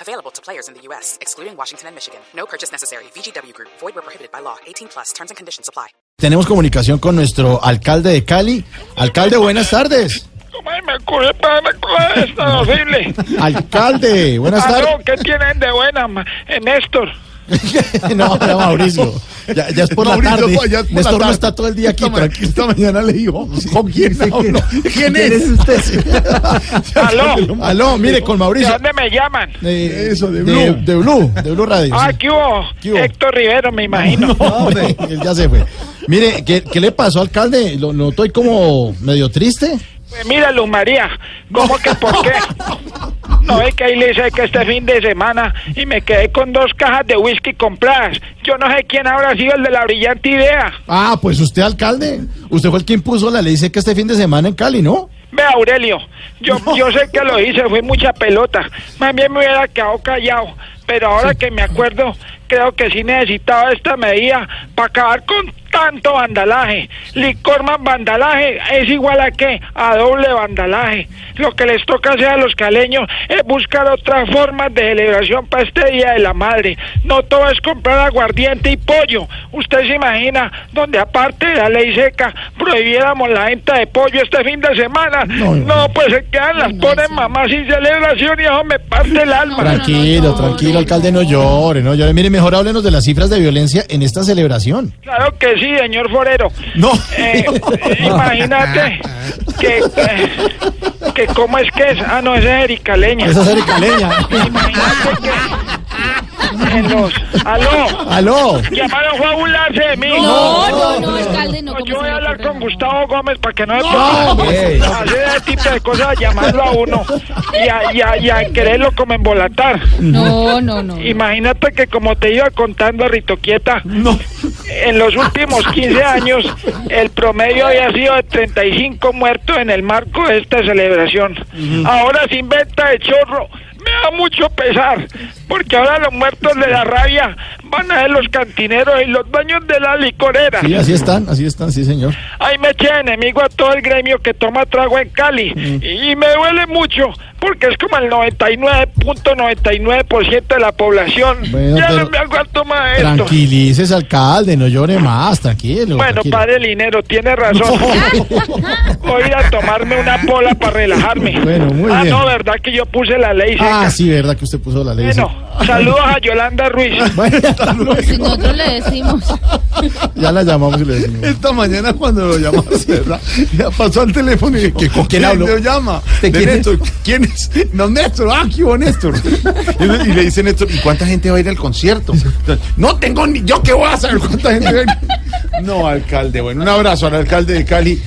Available to players in the U.S., excluding Washington and Michigan. No purchase necessary. VGW Group, void were prohibited by law. 18 plus terms and conditions apply. Tenemos comunicación con nuestro alcalde de Cali. Alcalde, buenas tardes. Ay, me ocurre para la cosa esta horrible. Alcalde, buenas Aló, tardes. ¿qué tienen de buena, ma- eh, Néstor? No, era Mauricio. Ya, ya es por la Mauricio, tarde. ya es por la Néstor no tarde. está todo el día aquí, esta, ma- tranquilo. esta mañana le digo, ¿con quién hablo? ¿Quién es? Aló, Aló, mire, con ¿de Mauricio. dónde me llaman? Eh, Eso, De, de Blue. de Blue, de Blue Radio. Ah, ¿qué hubo? ¿Qué hubo? Héctor Rivero, me imagino. Hombre, él ya se fue. Mire, ¿qué, qué le pasó, alcalde? Lo lo noto ahí como medio triste. Pues mira, Luz María, ¿cómo que por qué? No es que ahí le dice que este fin de semana y me quedé con dos cajas de whisky compradas. Yo no sé quién habrá sido el de la brillante idea. Ah, pues usted, alcalde. Usted fue el que impuso la ley, dice que este fin de semana en Cali, ¿no? Ve, Aurelio, yo, yo sé que lo hice, fue mucha pelota. Más bien me hubiera quedado callado. Pero ahora que me acuerdo, creo que sí necesitaba esta medida para acabar con tanto vandalaje. Licor más vandalaje es igual a qué? A doble vandalaje. Lo que les toca hacer a los caleños es buscar otras formas de celebración para este Día de la Madre. No todo es comprar aguardiente y pollo. Usted se imagina donde aparte de la ley seca prohibiéramos la venta de pollo este fin de semana. No, pues se quedan las pobres mamás sin celebración y eso me parte el alma. Tranquilo, tranquilo, alcalde, no llore, no llore. Mire, mejor háblenos de las cifras de violencia en esta celebración. Claro que sí, señor Forero. No. Eh, eh, imagínate que, eh, que cómo es que es. Ah, no, esa es Erika Leña. Esa es Erika Leña. Imagínate que en los... Aló, Aló. llamaron fue a burlarse de mí. No, no, no, alcalde, no. ¿cómo Yo se voy le a hablar ocurre? con Gustavo Gómez para que no me hombre. ponga a hacer ese tipo de cosas, llamarlo a uno y a, y a- y a quererlo como embolatar. No, no, no. Imagínate que como te iba contando Ritoquieta, en los últimos 15 años el promedio había sido de 35 muertos en el marco de esta celebración. Ahora se inventa de chorro. Me da mucho pesar, porque ahora los muertos de la rabia van a ser los cantineros y los dueños de la licorera. Sí, así están, así están, sí, señor. Ahí me eché enemigo a todo el gremio que toma trago en Cali. Mm. Y, y me duele mucho, porque es como el 99.99% de la población. Bueno, ya pero- no me aguanto más de esto. Tranquilices, alcalde, no llore más, tranquilo. Bueno, tranquilo. padre Linero, tiene razón. Voy a ir a tomarme una pola para relajarme. Bueno, muy ah, bien. no, verdad que yo puse la ley seca. Ah, sí, verdad que usted puso la ley. bueno, saludos a Yolanda Ruiz. sí. Bueno, hasta luego. Si nosotros le decimos. Ya la llamamos y le decimos. Esta mañana cuando lo llamaste, ¿verdad? Ya pasó al teléfono y dije, ¿que ¿con quién quién hablo? lo llama? ¿De ¿De quién es? Néstor. ¿Quién es? No, Néstor. Ah, ¿qué hubo, Néstor? Y le- Y le dice Néstor, ¿y cuánta gente va a ir al concierto? No tengo ni... ¿Yo qué voy a saber cuánta gente va a ir? No, alcalde. Bueno, un abrazo al alcalde de Cali.